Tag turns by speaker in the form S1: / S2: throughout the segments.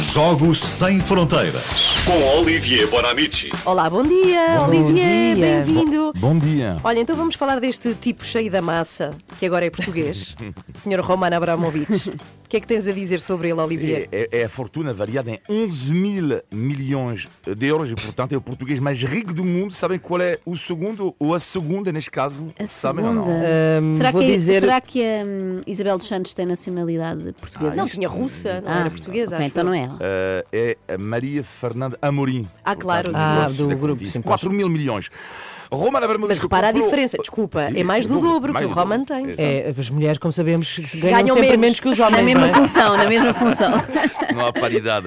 S1: Jogos Sem Fronteiras com Olivier Bonamici.
S2: Olá, bom dia,
S3: Bom
S2: Olivier,
S3: dia.
S2: bem-vindo.
S3: Bom dia.
S2: Olha, então vamos falar deste tipo cheio da massa, que agora é português, Sr. Roman Abramovich. O que é que tens a dizer sobre ele, Olivier?
S3: É, é- é a fortuna variada em 11 mil milhões de euros e, portanto, é o português mais rico do mundo. Sabem qual é o segundo ou a segunda, neste caso?
S4: A
S3: Sabem
S4: segunda.
S3: ou não?
S4: será,
S5: vou
S4: que, é-
S5: dizer-
S4: será que a hum, Isabel dos Santos tem nacionalidade portuguesa?
S2: Não, tinha russa, não era portuguesa,
S4: ok,
S2: acho
S4: então
S2: eu.
S4: não é ela.
S3: Eh, é a Maria Fernanda Amorim.
S2: Ah, claro, sim.
S3: o
S2: Ah,
S3: nosso
S5: do
S3: da
S5: grupo,
S3: Cortiça.
S5: sim,
S3: 4 mil milhões. Roman Abramovich
S2: Mas repara a
S3: comprou-
S2: diferença, desculpa,
S3: Sim,
S2: é mais do
S3: dobro,
S2: dobro que
S3: mais
S2: o
S3: do dobro.
S2: Roman tem.
S3: Exato.
S5: É, as mulheres, como sabemos, ganham,
S2: Ganham
S5: sempre
S2: menos.
S5: menos. que
S2: Ah,
S5: os
S4: Na
S5: homens.
S4: mesma
S5: não é?
S4: função, na mesma função.
S3: Não há paridade.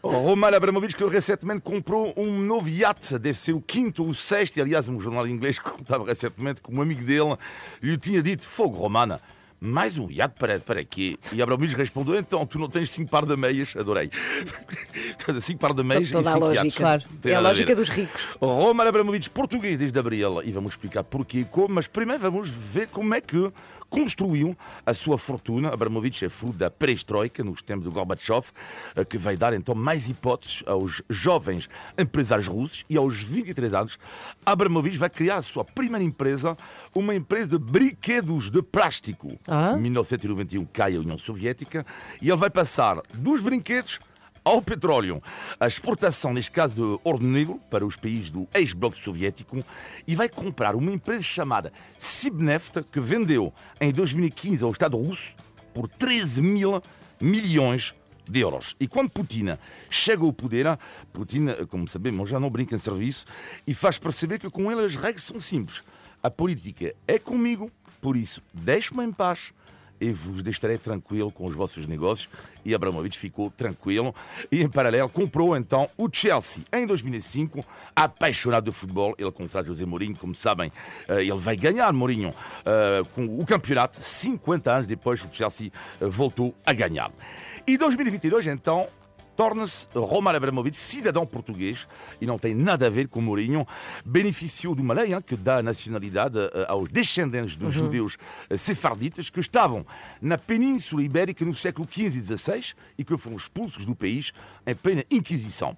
S3: Roman Abramovich, que recentemente comprou um novo iate, deve ser o quinto ou o sexto. E, aliás, um jornal inglês que contava recentemente que um amigo dele lhe tinha dito: Fogo, Romana, mais um iate para, para quê? E Abramovich respondeu: Então, tu não tens cinco par de meias? Adorei. cinco par de meias
S2: Toda
S3: e
S2: a
S3: cinco
S2: lógica.
S3: iates.
S5: Claro.
S3: Não tem
S2: É a
S3: nada
S2: lógica
S3: ver.
S2: dos ricos.
S3: Roman Abramovich, português desde Abril, e vamos explicar porquê e como, mas primeiro vamos ver como é que construíam a sua fortuna. Abramovich é fruto da perestroika, nos tempos do Gorbachev, eh, que vai dar então mais hipóteses aos jovens empresários russos e aos 23 anos, Abramovich vai criar a sua primeira empresa, uma empresa de brinquedos de plástico.
S5: Ah.
S3: 1991 cai a União Soviética e ele vai passar dos brinquedos ao petróleo. A exportação, neste caso, de ouro negro para os países do ex-bloco soviético e vai comprar uma empresa chamada Sibneft, que vendeu em 2015 ao Estado russo por 13 mil milhões de euros. E quando Putin chega ao poder, Putin, como sabemos, já não brinca em serviço e faz perceber que com ele as regras são simples. A política é comigo, por isso, deixe-me em paz e vos deixarei tranquilo com os vossos negócios. E Abramovich ficou tranquilo e, em paralelo, comprou então o Chelsea. Em 2005, apaixonado de futebol, ele contrata José Mourinho, como sabem, eh, ele vai ganhar Mourinho eh, com o campeonato. 50 anos depois, o Chelsea eh, voltou a ganhar. E 2022, então, torna-se Roman Abramovich cidadão português e não tem nada a ver com Mourinho. Beneficiou de uma lei hein, que dá nacionalidade eh, aos descendentes dos judeus eh, sefarditas que estavam na Península Ibérica no século XV e XVI e que foram expulsos do país em plena Inquisição.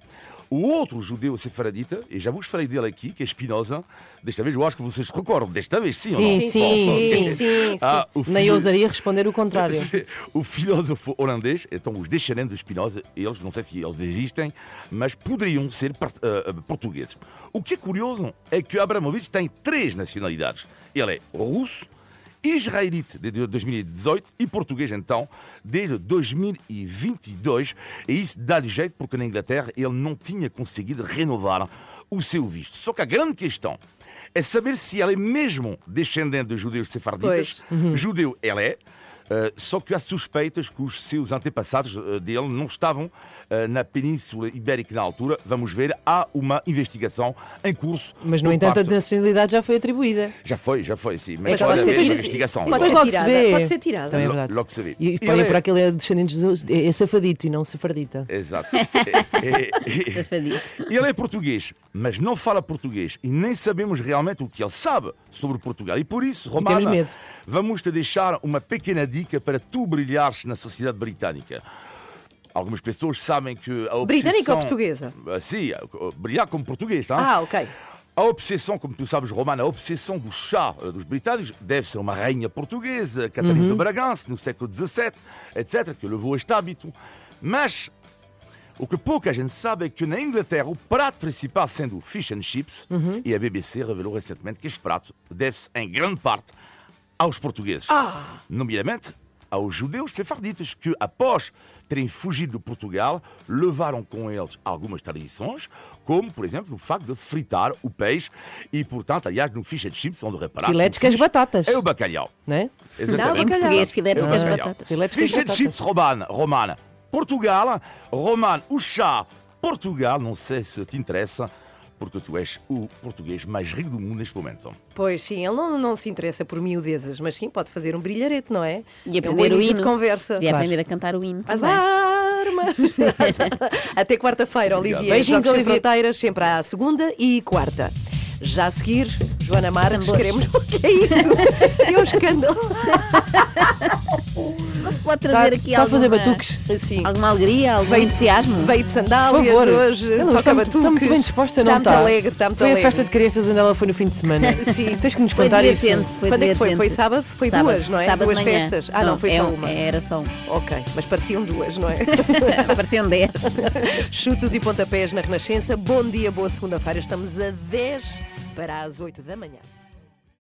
S3: O outro judeu sefardita, e já vos falei dele aqui, que é Spinoza, desta vez eu acho que vocês recordam, desta vez sim, ou não?
S5: Sim, sim, sim,
S2: sim,
S3: Ah, o
S5: Nem
S3: filho-
S5: ousaria responder o contrário.
S3: o filósofo holandês, então os descendentes de Spinoza, eles não sei se eles existem, mas poderiam ser par- eh, portugueses. O que é curioso é que Abramovich tem três nacionalidades. Ele é russo, israelita desde 2018 e português então desde 2022. E isso dá-lhe jeito porque na Inglaterra ele não tinha conseguido renovar o seu visto. Só que a grande questão é saber se ele é mesmo descendente de judeus sefarditas.
S5: Uhum.
S3: Judeu ele é. eh, só que há suspeitas que os seus antepassados eh, dele não estavam eh, na Península Ibérica na altura. Vamos ver, há uma investigação em curso.
S5: Mas, no
S3: por
S5: entanto, a
S3: parte-
S5: nacionalidade já foi atribuída.
S3: Já foi, já foi, sim.
S2: Mas
S3: Mas,
S2: pode
S3: olha,
S2: ser
S3: é uma
S2: que-
S3: investigação.
S2: Pode
S5: Depois
S2: ser
S5: logo se
S2: tirada,
S5: vê.
S2: pode ser tirada.
S5: Também é
S3: Lo-
S5: verdade.
S3: logo se vê.
S5: E, e
S3: Ele
S5: olha
S3: é-
S5: para aquele é descendente de é, é safadito e não safardita.
S3: Exato. É, é, é.
S4: Safadito.
S3: ele é português, mas não fala português e nem sabemos realmente o que ele sabe sobre Portugal. E por isso, Romana,
S5: temos medo.
S3: vamos te deixar uma pequena dica para tu brilhares na sociedade britânica. Algumas pessoas sabem que a oposição...
S2: Britânica ou portuguesa?
S3: Ah, Sim, brilhar como português. hein?
S2: Ah, ok.
S3: A obsessão, como tu sabes, Romana, a obsessão do chá eh, dos britânicos deve ser uma rainha portuguesa, Catarina
S2: Uhum.
S3: de Bragança, no século XVII, etc., que levou a este hábito. Mas o que pouca gente sabe é que na Inglaterra o prato principal sendo o fish and chips, e a BBC revelou recentemente que este prato deve-se em grande parte aos portugueses. Nomeadamente aos judeus sefarditas que, após terem fugido de Portugal, levaram com eles algumas tradições, como, por exemplo, o facto de fritar o peixe e, portanto, aliás, no fish and chips, onde reparar...
S5: Filetes
S3: o
S5: com as
S3: fish
S5: batatas.
S3: É o bacalhau.
S5: Não é?
S3: Exatamente.
S2: Não,
S4: Em
S2: Bacalhau.
S4: português, filetes
S3: É
S4: com as
S3: bacalhau.
S4: batatas.
S5: Filetes com
S3: Fish and
S5: batatas.
S3: chips romana, romana. Portugal, Roman, o chá. Portugal, não sei se te interessa, porque tu és o português mais rico do mundo neste momento.
S2: Pois sim, ele não, não se interessa por miudezas, mas sim pode fazer um brilharete, não é?
S4: E
S2: é um bom
S4: aprender o
S2: início
S4: hino.
S2: de conversa.
S4: E aprender a cantar o hino.
S2: As
S4: também.
S2: armas! Até quarta-feira, Olivier.
S5: Beijinhos,
S2: Jogos Sem
S5: Olivier.
S2: Fronteiras, sempre à segunda e quarta. Já a seguir, Joana Marques,
S4: Tambores.
S2: queremos. O que é isso? É um escândalo.
S4: Não se pode
S5: Está
S4: trazer
S2: Tá-
S4: aqui
S5: está a fazer
S4: alguma-
S5: batuques.
S2: Assim,
S4: Alguma alegria, algum entusiasmo?
S2: veio de
S5: Por
S2: sandálias
S5: favor.
S2: hoje.
S5: Ela
S2: toca
S5: está, muito, está muito
S2: batuques.
S5: bem disposta, não está?
S2: Está muito alegre, está muito
S5: Foi
S2: alegre.
S5: a festa de crianças onde ela foi no fim de semana.
S2: Sim.
S5: Tens que nos
S4: Foi
S5: contar isso.
S4: divertente, foi
S2: Quando é que foi?
S4: divertente.
S2: Foi sábado? Foi duas, não é?
S4: Sábado
S2: Duas
S4: de manhã.
S2: festas. Ah, não, foi
S4: é
S2: só
S4: um-
S2: uma.
S4: Era só um.
S2: Ok, mas pareciam duas, não é?
S4: Pareciam 10.
S2: Chutes e pontapés na Renascença. Bom dia, boa segunda-feira. Estamos a 10 para as 8 da manhã.